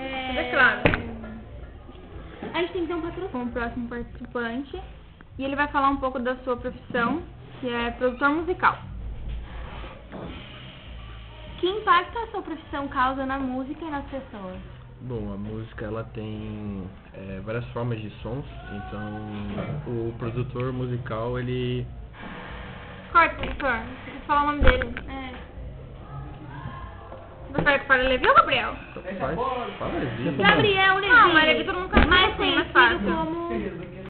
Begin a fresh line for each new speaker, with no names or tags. É claro.
A gente tem então um patrocínio com o próximo participante. E ele vai falar um pouco da sua profissão, que é produtor musical. Que impacto a sua profissão causa na música e nas pessoas?
Bom, a música ela tem é, várias formas de sons, então o produtor musical ele
Corta, produtor. Preciso falar o nome dele.
É.
Você vai que fala Levi ou Gabriel? Ah,
faz, né? faz
Gabriel, Levi.
Não, mas Levi todo mundo conhece,
Mais
assim, mais
conhecido
fácil.
como